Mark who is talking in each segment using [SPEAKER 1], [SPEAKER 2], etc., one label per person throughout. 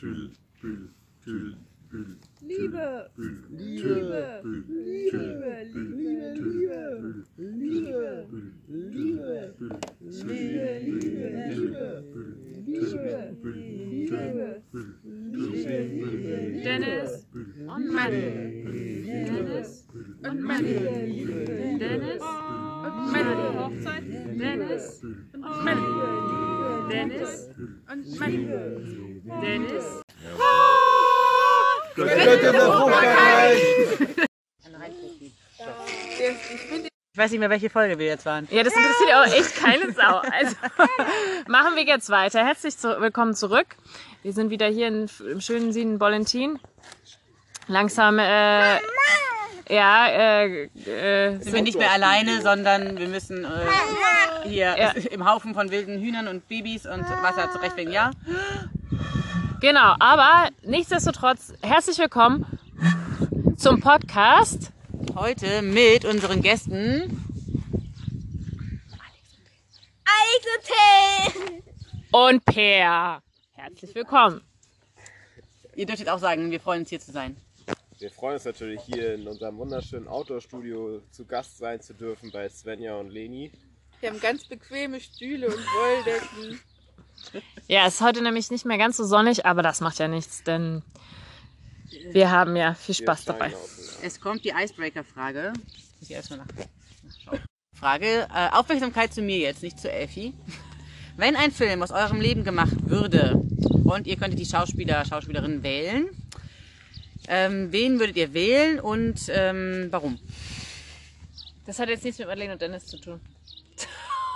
[SPEAKER 1] Tül, Bül, Tül, Bül.
[SPEAKER 2] Liebe,
[SPEAKER 1] Bül,
[SPEAKER 2] Liebe,
[SPEAKER 1] Bül,
[SPEAKER 2] Liebe,
[SPEAKER 1] Bül,
[SPEAKER 2] Liebe,
[SPEAKER 1] Tül,
[SPEAKER 2] Liebe,
[SPEAKER 1] Bül,
[SPEAKER 2] Liebe,
[SPEAKER 1] Bül,
[SPEAKER 2] Liebe,
[SPEAKER 1] Bül, Tül,
[SPEAKER 2] Liebe,
[SPEAKER 1] Bül,
[SPEAKER 2] Liebe,
[SPEAKER 1] Tül,
[SPEAKER 2] Liebe,
[SPEAKER 1] Bül,
[SPEAKER 2] Liebe, Liebe,
[SPEAKER 1] Tül, Bül, Bül,
[SPEAKER 2] Liebe, Liebe.
[SPEAKER 3] Dennis
[SPEAKER 1] Bül,
[SPEAKER 3] und Melody.
[SPEAKER 1] Bül,
[SPEAKER 3] Dennis
[SPEAKER 1] Bül,
[SPEAKER 3] und
[SPEAKER 2] Liebe,
[SPEAKER 3] Melody.
[SPEAKER 2] Liebe,
[SPEAKER 3] Dennis und Melody. Hochzeit. Dennis
[SPEAKER 1] Bül,
[SPEAKER 3] und Melody. Dennis und Melody. Dennis.
[SPEAKER 4] Ich weiß nicht mehr, welche Folge wir jetzt waren.
[SPEAKER 3] Ja, das interessiert auch echt keine Sau. Also machen wir jetzt weiter. Herzlich zu willkommen zurück. Wir sind wieder hier in, im schönen Sieden Bollentin. Langsam, äh, ja, äh, äh,
[SPEAKER 4] Sind wir nicht mehr alleine, sondern wir müssen äh, hier
[SPEAKER 3] Ja.
[SPEAKER 4] im Haufen von wilden Hühnern und Babys und Wasser zurechtbringen. Ja,
[SPEAKER 3] Genau, aber nichtsdestotrotz herzlich willkommen zum Podcast.
[SPEAKER 4] heute mit unseren Gästen.
[SPEAKER 3] und Peer. Herzlich willkommen.
[SPEAKER 4] Ihr dürft jetzt auch sagen, wir freuen uns hier zu sein.
[SPEAKER 5] Wir freuen uns natürlich hier in unserem wunderschönen Outdoor-Studio zu Gast sein zu dürfen bei Svenja und Leni.
[SPEAKER 6] Wir haben ganz bequeme Stühle und Wolldecken.
[SPEAKER 3] Ja, ist heute nämlich nicht mehr ganz so sonnig, aber das macht ja nichts, denn wir haben ja viel
[SPEAKER 5] Wir
[SPEAKER 3] Spaß
[SPEAKER 5] scheinen
[SPEAKER 3] dabei.
[SPEAKER 5] aus-
[SPEAKER 4] Es kommt die Icebreaker-Frage. Muss ich erstmal nach, nachschauen. Frage, äh, Aufmerksamkeit zu mir jetzt, nicht zu Elfi. Wenn ein Film aus eurem Leben gemacht würde und ihr könntet die Schauspieler, Schauspielerinnen wählen, ähm, wen würdet ihr wählen und ähm, warum?
[SPEAKER 3] Das hat jetzt nichts mit Madeleine und Dennis zu tun.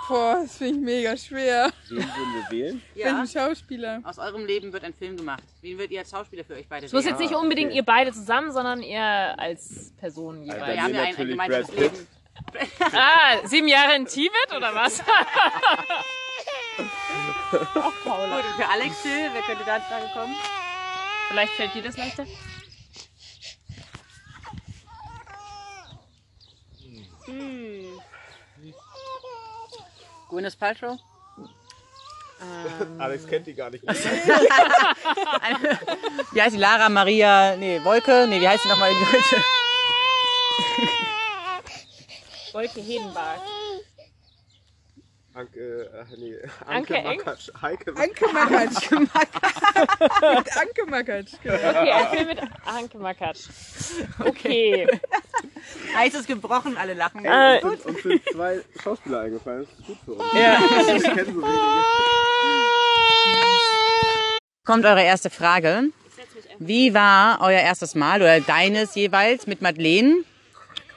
[SPEAKER 6] Boah, das finde ich mega schwer.
[SPEAKER 5] Wen würden wir wählen?
[SPEAKER 6] Welchen Schauspieler?
[SPEAKER 4] Aus eurem Leben wird ein Film gemacht. Wen würdet ihr als Schauspieler für euch beide
[SPEAKER 3] Es muss
[SPEAKER 4] wählen?
[SPEAKER 3] jetzt nicht unbedingt ihr beide zusammen, sondern ihr als Person
[SPEAKER 5] Dann
[SPEAKER 4] wir
[SPEAKER 3] jeweils.
[SPEAKER 4] haben ja ein, ein
[SPEAKER 5] natürlich
[SPEAKER 4] gemeinsames
[SPEAKER 5] Brad Pitt.
[SPEAKER 4] Leben.
[SPEAKER 3] Ah, sieben Jahre in Tibet oder was?
[SPEAKER 4] Gut, und für Alex, Till, wer könnte da in Frage kommen?
[SPEAKER 3] Vielleicht fällt dir das leichter.
[SPEAKER 4] Gwyneth Paltrow?
[SPEAKER 5] Alex kennt die gar nicht. Mehr.
[SPEAKER 4] Wie heißt die? Lara Maria, nee, Wolke? Nee, wie heißt sie nochmal in Deutsch?
[SPEAKER 3] Wolke Hedenbar.
[SPEAKER 5] Anke, äh, nee,
[SPEAKER 3] Anke
[SPEAKER 5] Anke,
[SPEAKER 3] Eng?
[SPEAKER 5] Makatsch. Heike Makatsch.
[SPEAKER 6] Anke Makatsch. Mit Anke Makatsch. genau.
[SPEAKER 3] Okay, ein Film mit Anke Makatsch. Okay.
[SPEAKER 4] Eis ist gebrochen, alle lachen.
[SPEAKER 3] Äh,
[SPEAKER 5] Und uns sind zwei Schauspieler eingefallen. Das ist gut für uns.
[SPEAKER 4] Ja.
[SPEAKER 5] Ich kenne so wenige.
[SPEAKER 4] Kommt eure erste Frage. Wie war euer erstes Mal oder deines jeweils mit Madeleine?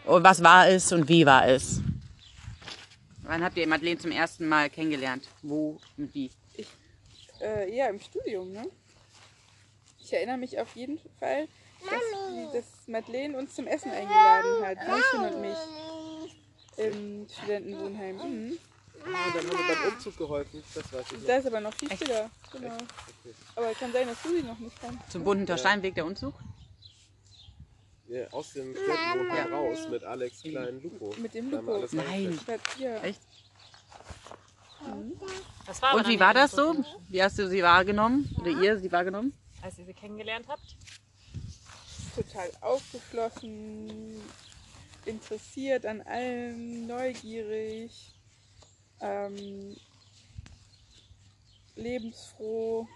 [SPEAKER 4] Und was war es und wie war es? Wann habt ihr Madeleine zum ersten Mal kennengelernt? Wo und wie?
[SPEAKER 6] Äh, ja, im Studium, ne? Ich erinnere mich auf jeden Fall, dass, die- dass Madeleine uns zum Essen eingeladen hat. Mädchen und mich. Im Studentenwohnheim. Mhm.
[SPEAKER 5] Und dann haben wir beim Umzug geholfen. Das weiß ich nicht.
[SPEAKER 6] Da ist aber noch viel später. Genau. Aber kann sein, dass du sie noch nicht kannst.
[SPEAKER 4] Zum Bunten Steinweg der Umzug?
[SPEAKER 5] Ja, aus dem Studentenwohnheim raus mit Alex kleinen Lupo.
[SPEAKER 6] Mit dem
[SPEAKER 5] Da haben wir
[SPEAKER 6] Lupo.
[SPEAKER 5] alles
[SPEAKER 4] Nein.
[SPEAKER 5] eingefallen.
[SPEAKER 6] Ja.
[SPEAKER 4] Echt?
[SPEAKER 3] das war aber
[SPEAKER 4] Und wie
[SPEAKER 3] dann
[SPEAKER 4] war
[SPEAKER 3] eben
[SPEAKER 4] das so? Wie hast du sie wahrgenommen? Oder ihr sie wahrgenommen?
[SPEAKER 3] Als ihr sie kennengelernt habt?
[SPEAKER 6] total aufgeschlossen, interessiert an allem, neugierig, ähm, lebensfroh.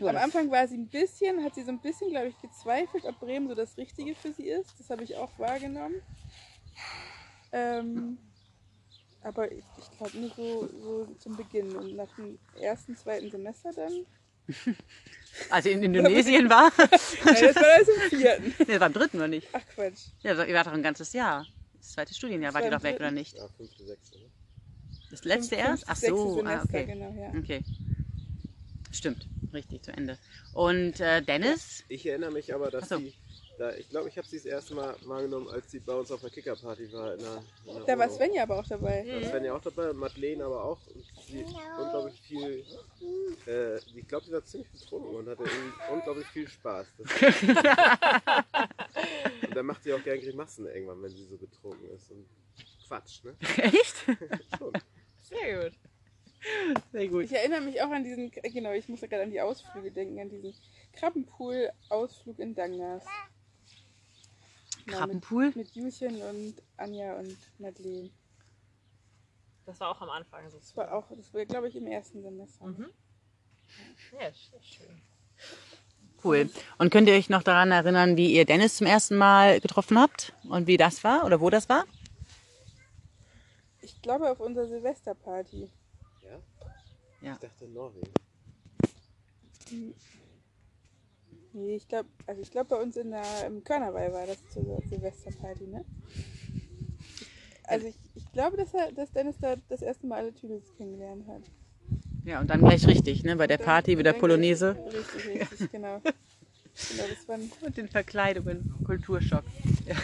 [SPEAKER 6] Am Anfang war sie ein bisschen, hat sie so ein bisschen, glaube ich, gezweifelt, ob Bremen so das Richtige für sie ist. Das habe ich auch wahrgenommen. Ähm, aber ich, ich glaube nur so, so zum Beginn und nach dem ersten, zweiten Semester dann.
[SPEAKER 4] Als sie Also in Indonesien war?
[SPEAKER 6] Nein, das war alles im vierten.
[SPEAKER 4] Nee, war im dritten oder nicht?
[SPEAKER 6] Ach Quatsch.
[SPEAKER 4] Ja, ihr wart doch ein ganzes Jahr. Das zweite Studienjahr wart ihr doch weg oder nicht?
[SPEAKER 5] Ja, fünfte, sechste. ne?
[SPEAKER 4] Das letzte erst? Ach so, ah,
[SPEAKER 6] Semester,
[SPEAKER 4] okay.
[SPEAKER 6] genau, ja.
[SPEAKER 4] Okay. Stimmt, richtig, zu Ende. Und äh, Dennis?
[SPEAKER 5] Ich erinnere mich aber, dass
[SPEAKER 4] Ach so.
[SPEAKER 5] sie. Da, ich glaube, ich habe sie das erste Mal wahrgenommen, als sie bei uns auf einer Kickerparty war. In der, in der
[SPEAKER 6] Da war
[SPEAKER 5] Wohnung.
[SPEAKER 6] Svenja aber auch dabei.
[SPEAKER 5] Da war Svenja auch dabei, Madeleine aber auch. Und sie unglaublich viel. Äh, ich glaube, sie war ziemlich betrunken und hatte irgendwie unglaublich viel Spaß. Das und dann macht sie auch gern Grimassen irgendwann, wenn sie so betrunken ist. Und Quatsch, ne?
[SPEAKER 4] Echt?
[SPEAKER 5] Schon.
[SPEAKER 3] Sehr gut.
[SPEAKER 4] Sehr gut.
[SPEAKER 6] Ich erinnere mich auch an diesen, äh, genau, ich muss gerade an die Ausflüge denken, an diesen Krabbenpool-Ausflug in Dangas. Genau, mit,
[SPEAKER 4] Krabbenpool?
[SPEAKER 6] mit Julchen und Anja und Madeleine.
[SPEAKER 3] Das war auch am Anfang so.
[SPEAKER 6] Das war auch, das war, glaube ich, im ersten Semester.
[SPEAKER 3] Mhm. Ja, schön.
[SPEAKER 4] Cool. Und könnt ihr euch noch daran erinnern, wie ihr Dennis zum ersten Mal getroffen habt? Und wie das war? Oder wo das war?
[SPEAKER 6] Ich glaube, auf unserer Silvesterparty.
[SPEAKER 5] Ja?
[SPEAKER 4] Ja.
[SPEAKER 5] Ich dachte Norwegen.
[SPEAKER 6] Nee, ich glaube, also ich glaube, bei uns in der, im Karneval war das zur Silvesterparty, ne? Also ich, ich glaube, dass, er, dass Dennis da das erste Mal alle Tübels kennengelernt hat.
[SPEAKER 4] Ja, und dann gleich richtig, ne? Bei der
[SPEAKER 6] Dann-
[SPEAKER 4] Party, bei der
[SPEAKER 6] dann-
[SPEAKER 4] Polonaise.
[SPEAKER 6] Richtig, richtig, genau. Genau, das waren,
[SPEAKER 4] Und den Verkleidungen. Kulturschock. Ja.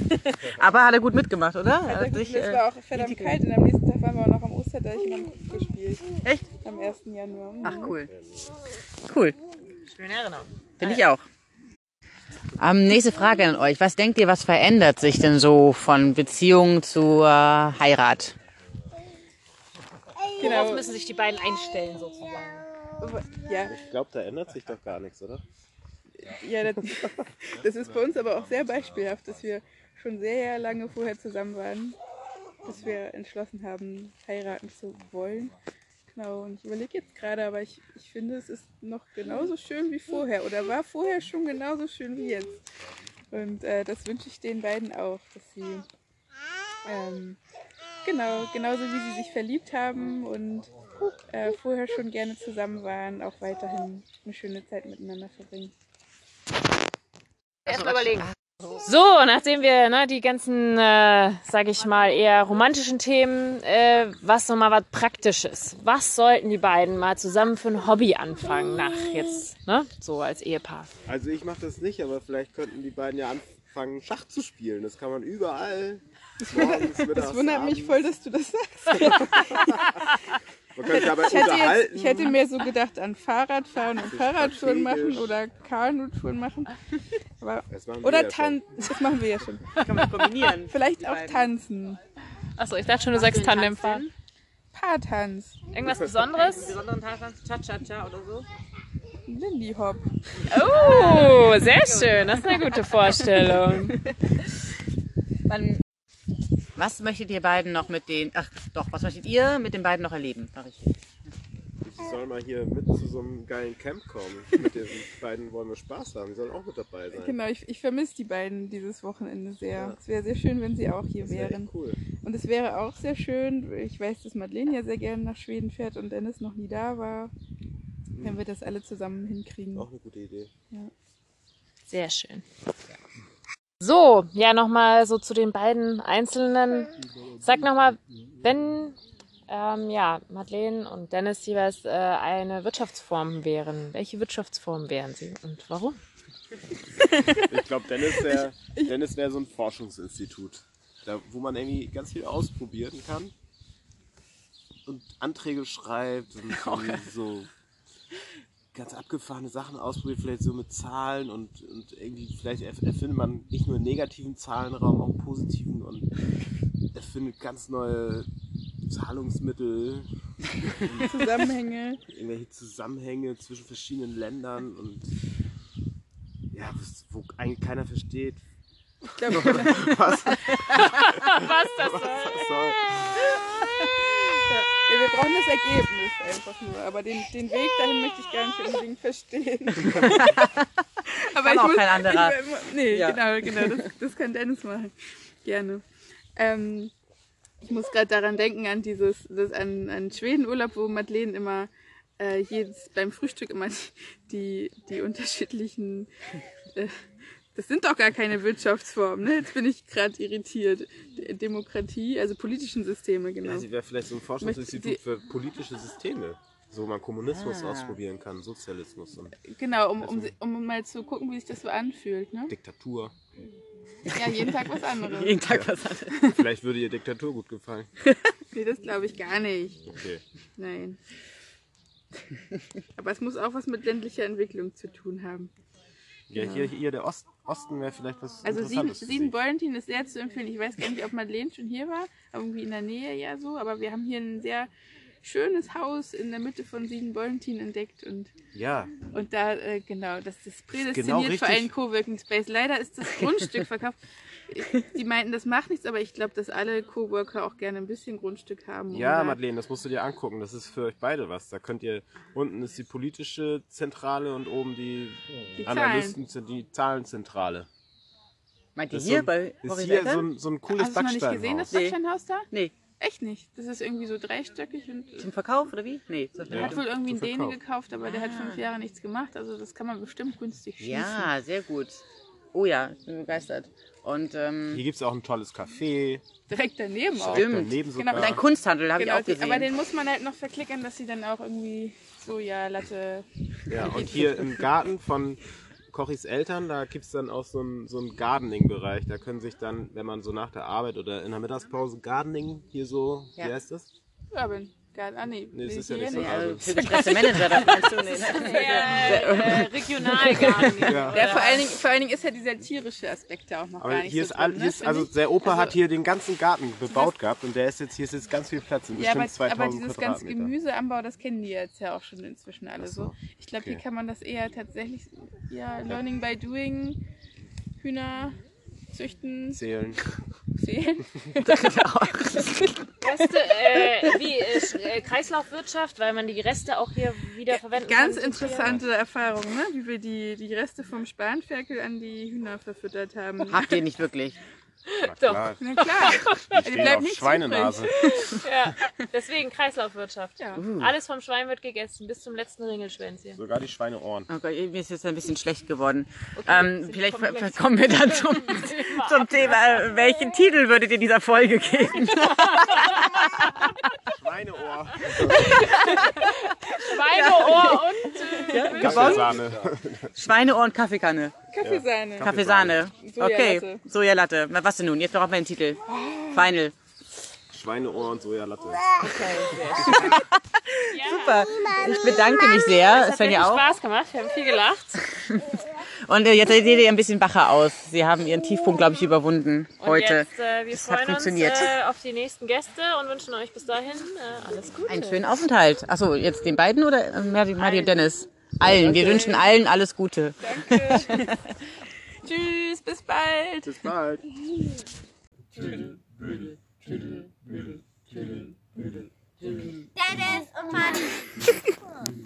[SPEAKER 4] Aber hat er gut mitgemacht, oder? Er
[SPEAKER 6] Also
[SPEAKER 4] hat
[SPEAKER 6] gut,
[SPEAKER 4] sich,
[SPEAKER 6] es
[SPEAKER 4] äh,
[SPEAKER 6] war auch verdammt
[SPEAKER 4] richtig-
[SPEAKER 6] kalt und am nächsten Tag waren wir auch noch am Osterdeich und haben gespielt.
[SPEAKER 4] Echt?
[SPEAKER 6] Am 1. Januar.
[SPEAKER 4] Ach, cool. Cool.
[SPEAKER 3] Schöne Erinnerung.
[SPEAKER 4] Finde ich auch. Ähm, nächste Frage an euch. Was denkt ihr, was verändert sich denn so von Beziehung zur Heirat?
[SPEAKER 3] Darauf
[SPEAKER 6] Genau.
[SPEAKER 3] müssen sich die beiden einstellen sozusagen.
[SPEAKER 6] Ja,
[SPEAKER 5] Ich glaube, da ändert sich doch gar nichts, oder?
[SPEAKER 6] ja das, das ist bei uns aber auch sehr beispielhaft, dass wir schon sehr lange vorher zusammen waren, dass wir entschlossen haben, heiraten zu wollen. Genau, und ich überlege jetzt gerade, aber ich, ich finde, es ist noch genauso schön wie vorher oder war vorher schon genauso schön wie jetzt. Und äh, das wünsche ich den beiden auch, dass sie ähm, genau, genauso wie sie sich verliebt haben und äh, vorher schon gerne zusammen waren, auch weiterhin eine schöne Zeit miteinander verbringen.
[SPEAKER 3] Erstmal überlegen. So, nachdem wir ne, die ganzen, äh, sag ich mal, eher romantischen Themen, äh, was nochmal was Praktisches. Was sollten die beiden mal zusammen für ein Hobby anfangen nach jetzt, ne? So als Ehepaar.
[SPEAKER 5] Also ich mache das nicht, aber vielleicht könnten die beiden ja anfangen, Schach zu spielen. Das kann man überall. Morgens, mittags,
[SPEAKER 6] Das wundert mich
[SPEAKER 5] abends.
[SPEAKER 6] voll, dass du das sagst.
[SPEAKER 5] Man kann sich dabei
[SPEAKER 6] Ich hätte, jetzt,
[SPEAKER 5] unterhalten.
[SPEAKER 6] ich hätte mir so gedacht an Fahrradfahren und Fahrradtouren machen
[SPEAKER 5] strategisch.
[SPEAKER 6] oder Kanutouren machen. Aber,
[SPEAKER 5] Das machen wir
[SPEAKER 6] oder
[SPEAKER 5] ja schon.
[SPEAKER 6] tanzen. Das machen wir ja schon.
[SPEAKER 4] Kann man kombinieren.
[SPEAKER 6] Vielleicht
[SPEAKER 4] Die
[SPEAKER 6] auch
[SPEAKER 4] beiden.
[SPEAKER 6] tanzen.
[SPEAKER 3] Achso, ich dachte schon, du sagst Tandem fahren.
[SPEAKER 6] Paartanz.
[SPEAKER 3] Irgendwas Besonderes?
[SPEAKER 4] Besonderen Tanz, Cha-Cha-Cha oder so.
[SPEAKER 6] Lindy Hop.
[SPEAKER 3] Oh, sehr schön. Das ist eine gute Vorstellung.
[SPEAKER 4] was möchtet ihr beiden noch mit den, ach doch, was möchtet ihr mit den beiden noch erleben? War richtig.
[SPEAKER 5] Ich soll mal hier mit zu so einem geilen Camp kommen. Mit den beiden wollen wir Spaß haben. Die sollen auch mit dabei sein.
[SPEAKER 6] Genau, ich, ich vermisse die beiden dieses Wochenende sehr. Es wäre sehr schön, wenn sie auch hier
[SPEAKER 5] Das wäre
[SPEAKER 6] wären.
[SPEAKER 5] echt cool.
[SPEAKER 6] Und es wäre auch sehr schön, ich weiß, dass Madeleine ja sehr gerne nach Schweden fährt und Dennis noch nie da war, wenn wir das alle zusammen hinkriegen.
[SPEAKER 5] Hm. Auch eine gute Idee.
[SPEAKER 3] Sehr schön. So, ja, nochmal so zu den beiden einzelnen. Sag nochmal, wenn ähm, ja, Madeleine und Dennis jeweils äh, eine Wirtschaftsform wären, welche Wirtschaftsform wären sie und warum?
[SPEAKER 5] Ich glaube, Dennis wäre Dennis wär so ein Forschungsinstitut, da, wo man irgendwie ganz viel ausprobieren kann und Anträge schreibt und irgendwie so ganz abgefahrene Sachen ausprobiert, vielleicht so mit Zahlen und, und irgendwie vielleicht erf- erfindet man nicht nur einen negativen Zahlenraum, auch einen positiven und erfindet ganz neue Zahlungsmittel,
[SPEAKER 6] Zusammenhänge.
[SPEAKER 5] irgendwelche Zusammenhänge zwischen verschiedenen Ländern und ja, was- wo eigentlich keiner versteht,
[SPEAKER 6] Ich glaube,
[SPEAKER 3] Was das
[SPEAKER 5] was soll.
[SPEAKER 6] Ja, wir brauchen das Ergebnis einfach nur. Aber den, den Weg dahin möchte ich gar nicht unbedingt verstehen. aber
[SPEAKER 4] Kann auch kein anderer.
[SPEAKER 6] Ich, nee,
[SPEAKER 4] Ja.
[SPEAKER 6] genau, genau. Das, das kann Dennis machen. Gerne. Ähm, ich muss gerade daran denken, an dieses, das, an, an Schwedenurlaub, wo Madeleine immer äh, jedes, beim Frühstück immer die, die unterschiedlichen. Äh, das sind doch gar keine Wirtschaftsformen, ne? Jetzt bin ich gerade irritiert. D- Demokratie, also politischen Systeme, genau.
[SPEAKER 5] Ja, sie wäre vielleicht so ein
[SPEAKER 6] Möchte-
[SPEAKER 5] Forschungsinstitut
[SPEAKER 6] die-
[SPEAKER 5] für politische Systeme, so man Kommunismus
[SPEAKER 4] Ah.
[SPEAKER 5] ausprobieren kann, Sozialismus und
[SPEAKER 6] Genau, um, um, um mal zu gucken, wie sich das so anfühlt. Ne?
[SPEAKER 5] Diktatur.
[SPEAKER 6] Ja, jeden Tag was anderes.
[SPEAKER 4] Jeden Tag was anderes.
[SPEAKER 5] vielleicht würde ihr Diktatur gut gefallen.
[SPEAKER 6] Nee, das glaube ich gar nicht.
[SPEAKER 5] Okay.
[SPEAKER 6] Nein. Aber es muss auch was mit ländlicher Entwicklung zu tun haben.
[SPEAKER 5] Ja, hier, hier der Ost, Osten wäre vielleicht was
[SPEAKER 6] Also sieben,
[SPEAKER 5] Interessantes. für sie.
[SPEAKER 6] sieben Bollentin ist sehr zu empfehlen. Ich weiß gar nicht, ob Madeleine schon hier war, aber irgendwie in der Nähe ja so. Aber wir haben hier einen sehr schönes Haus in der Mitte von Siebenbollentin entdeckt und
[SPEAKER 5] Ja,
[SPEAKER 6] und da, äh, genau, das ist prädestiniert
[SPEAKER 5] genau
[SPEAKER 6] für
[SPEAKER 5] richtig.
[SPEAKER 6] einen Coworking Space. Leider ist das Grundstück verkauft. Die meinten, das macht nichts, aber ich glaube, dass alle Coworker auch gerne ein bisschen Grundstück haben. um
[SPEAKER 5] ja,
[SPEAKER 6] da-
[SPEAKER 5] Madeleine, das musst du dir angucken. Das ist für euch beide was. Da könnt ihr, unten ist die politische Zentrale und oben die,
[SPEAKER 6] Die
[SPEAKER 5] Analysten, die Zahlenzentrale.
[SPEAKER 4] Meint ihr
[SPEAKER 5] Das ist
[SPEAKER 4] hier
[SPEAKER 5] so ein-
[SPEAKER 4] bei
[SPEAKER 5] ist hier
[SPEAKER 4] Horizonte?
[SPEAKER 5] so ein, so ein cooles
[SPEAKER 6] Hast du noch nicht gesehen, das
[SPEAKER 5] Backsteinhaus.
[SPEAKER 4] Nee.
[SPEAKER 6] Backsteinhaus da?
[SPEAKER 4] Nee,
[SPEAKER 6] Echt nicht. Das ist irgendwie so dreistöckig und äh,
[SPEAKER 4] zum Verkauf oder wie? Nee, zur
[SPEAKER 6] hat
[SPEAKER 5] Ja.
[SPEAKER 4] Vermietung.
[SPEAKER 6] wohl irgendwie einen
[SPEAKER 5] Zum
[SPEAKER 6] Däne
[SPEAKER 5] Verkauf.
[SPEAKER 6] gekauft, aber der hat
[SPEAKER 5] Ah.
[SPEAKER 6] fünf Jahre nichts gemacht. Also das kann man bestimmt günstig schießen.
[SPEAKER 4] Ja, sehr gut. Oh ja, ich bin begeistert. Und ähm,
[SPEAKER 5] Hier gibt es auch ein tolles Café.
[SPEAKER 6] Direkt daneben auch.
[SPEAKER 4] Stimmt.
[SPEAKER 5] Daneben
[SPEAKER 6] Genau,
[SPEAKER 5] sogar.
[SPEAKER 4] und ein Kunsthandel habe
[SPEAKER 6] Genau,
[SPEAKER 4] ich auch
[SPEAKER 6] die,
[SPEAKER 4] gesehen.
[SPEAKER 6] aber den muss man halt noch verklickern, dass sie dann auch irgendwie Soja-Latte
[SPEAKER 5] Ja, und hier im Garten von Kochis Eltern, da gibt's dann auch so einen so einen Gardening-Bereich. Da können sich dann, wenn man so nach der Arbeit oder in der Mittagspause Gardening hier so,
[SPEAKER 4] Ja.
[SPEAKER 5] wie heißt das?
[SPEAKER 6] Urban. Garden. Ah, nee.
[SPEAKER 5] Nee, es
[SPEAKER 6] will
[SPEAKER 5] ist
[SPEAKER 6] ich
[SPEAKER 5] ja
[SPEAKER 6] hier
[SPEAKER 5] nicht so
[SPEAKER 4] Nee,
[SPEAKER 6] nicht.
[SPEAKER 4] also für gestresste Manager, das meinst du nicht.
[SPEAKER 3] Äh, Regionalgarten.
[SPEAKER 6] Ja, vor allen, Dingen, vor allen Dingen ist ja dieser tierische Aspekt da auch noch
[SPEAKER 5] Aber
[SPEAKER 6] gar nicht
[SPEAKER 5] hier
[SPEAKER 6] so
[SPEAKER 5] ist, all,
[SPEAKER 6] drin,
[SPEAKER 5] hier
[SPEAKER 6] ne,
[SPEAKER 5] ist
[SPEAKER 6] finde
[SPEAKER 5] also
[SPEAKER 6] ich.
[SPEAKER 5] der Opa
[SPEAKER 6] Also-
[SPEAKER 5] hat hier den ganzen Garten bebaut gehabt und der ist jetzt, hier ist jetzt ganz viel Platz, sind
[SPEAKER 6] ja, aber,
[SPEAKER 5] bestimmt 2000
[SPEAKER 6] aber dieses ganze
[SPEAKER 5] Quadratmeter.
[SPEAKER 6] Gemüseanbau, das kennen die jetzt ja auch schon inzwischen alle
[SPEAKER 5] Ach
[SPEAKER 6] so.
[SPEAKER 5] so,
[SPEAKER 6] Ich glaube, hier
[SPEAKER 5] okay.
[SPEAKER 6] kann man das eher tatsächlich, ja, learning by doing, Hühner züchten,
[SPEAKER 5] Zählen.
[SPEAKER 6] zählen.
[SPEAKER 3] Reste, äh, wie, äh, Sch- äh, Kreislaufwirtschaft, weil man die Reste auch hier wieder verwenden kann.
[SPEAKER 6] Ganz
[SPEAKER 3] zum Tieren.
[SPEAKER 6] interessante Erfahrung, ne? wie wir die, die Reste vom Spanferkel an die Hühner verfüttert haben.
[SPEAKER 4] Habt ihr nicht wirklich.
[SPEAKER 5] Na klar,
[SPEAKER 6] Na klar,
[SPEAKER 5] ich
[SPEAKER 6] die
[SPEAKER 5] stehe
[SPEAKER 6] Also bleibt
[SPEAKER 5] auf
[SPEAKER 6] nichts
[SPEAKER 5] Schweinenase.
[SPEAKER 3] Ja, deswegen Kreislaufwirtschaft.
[SPEAKER 6] Ja.
[SPEAKER 3] Alles vom Schwein wird gegessen, bis zum letzten Ringelschwänzchen.
[SPEAKER 5] Sogar die Schweineohren.
[SPEAKER 4] Oh Gott, mir ist jetzt ein bisschen schlecht geworden.
[SPEAKER 3] sind
[SPEAKER 4] ähm,
[SPEAKER 3] die
[SPEAKER 4] vielleicht ver-
[SPEAKER 3] Komplexe.
[SPEAKER 4] kommen wir dann zum, zum Thema, äh, welchen Titel würdet ihr dieser Folge geben?
[SPEAKER 5] Schweineohr.
[SPEAKER 3] Schweineohr und
[SPEAKER 5] Gattelsahne.
[SPEAKER 4] Schweineohr und Kaffeekanne.
[SPEAKER 6] Kaffeesahne.
[SPEAKER 4] Kaffeesahne.
[SPEAKER 6] Sojalatte.
[SPEAKER 4] Okay, Sojalatte. Na, Was denn nun? Jetzt brauchen wir einen Titel. Final.
[SPEAKER 5] Schweineohr und Sojalatte.
[SPEAKER 4] Super. Ich bedanke mich sehr,
[SPEAKER 3] hat wirklich
[SPEAKER 4] Svenja auch.
[SPEAKER 3] Spaß gemacht, wir haben viel gelacht.
[SPEAKER 4] Und äh, jetzt seht ihr ein bisschen wacher aus. Sie haben ihren Tiefpunkt, glaube ich, überwunden
[SPEAKER 3] Und
[SPEAKER 4] heute.
[SPEAKER 3] jetzt, äh, wir
[SPEAKER 4] Das hat
[SPEAKER 3] freuen uns
[SPEAKER 4] funktioniert.
[SPEAKER 3] äh, auf die nächsten Gäste und wünschen euch bis dahin äh, alles Gute.
[SPEAKER 4] Einen schönen Aufenthalt. Achso, jetzt den beiden oder äh, Mari, Mari und Dennis? Allen. Wir wünschen allen alles Gute.
[SPEAKER 6] Tschüss, bis bald.
[SPEAKER 5] Bis bald.
[SPEAKER 2] Tüdel, tüdel, tüdel.
[SPEAKER 7] Dennis und Mann.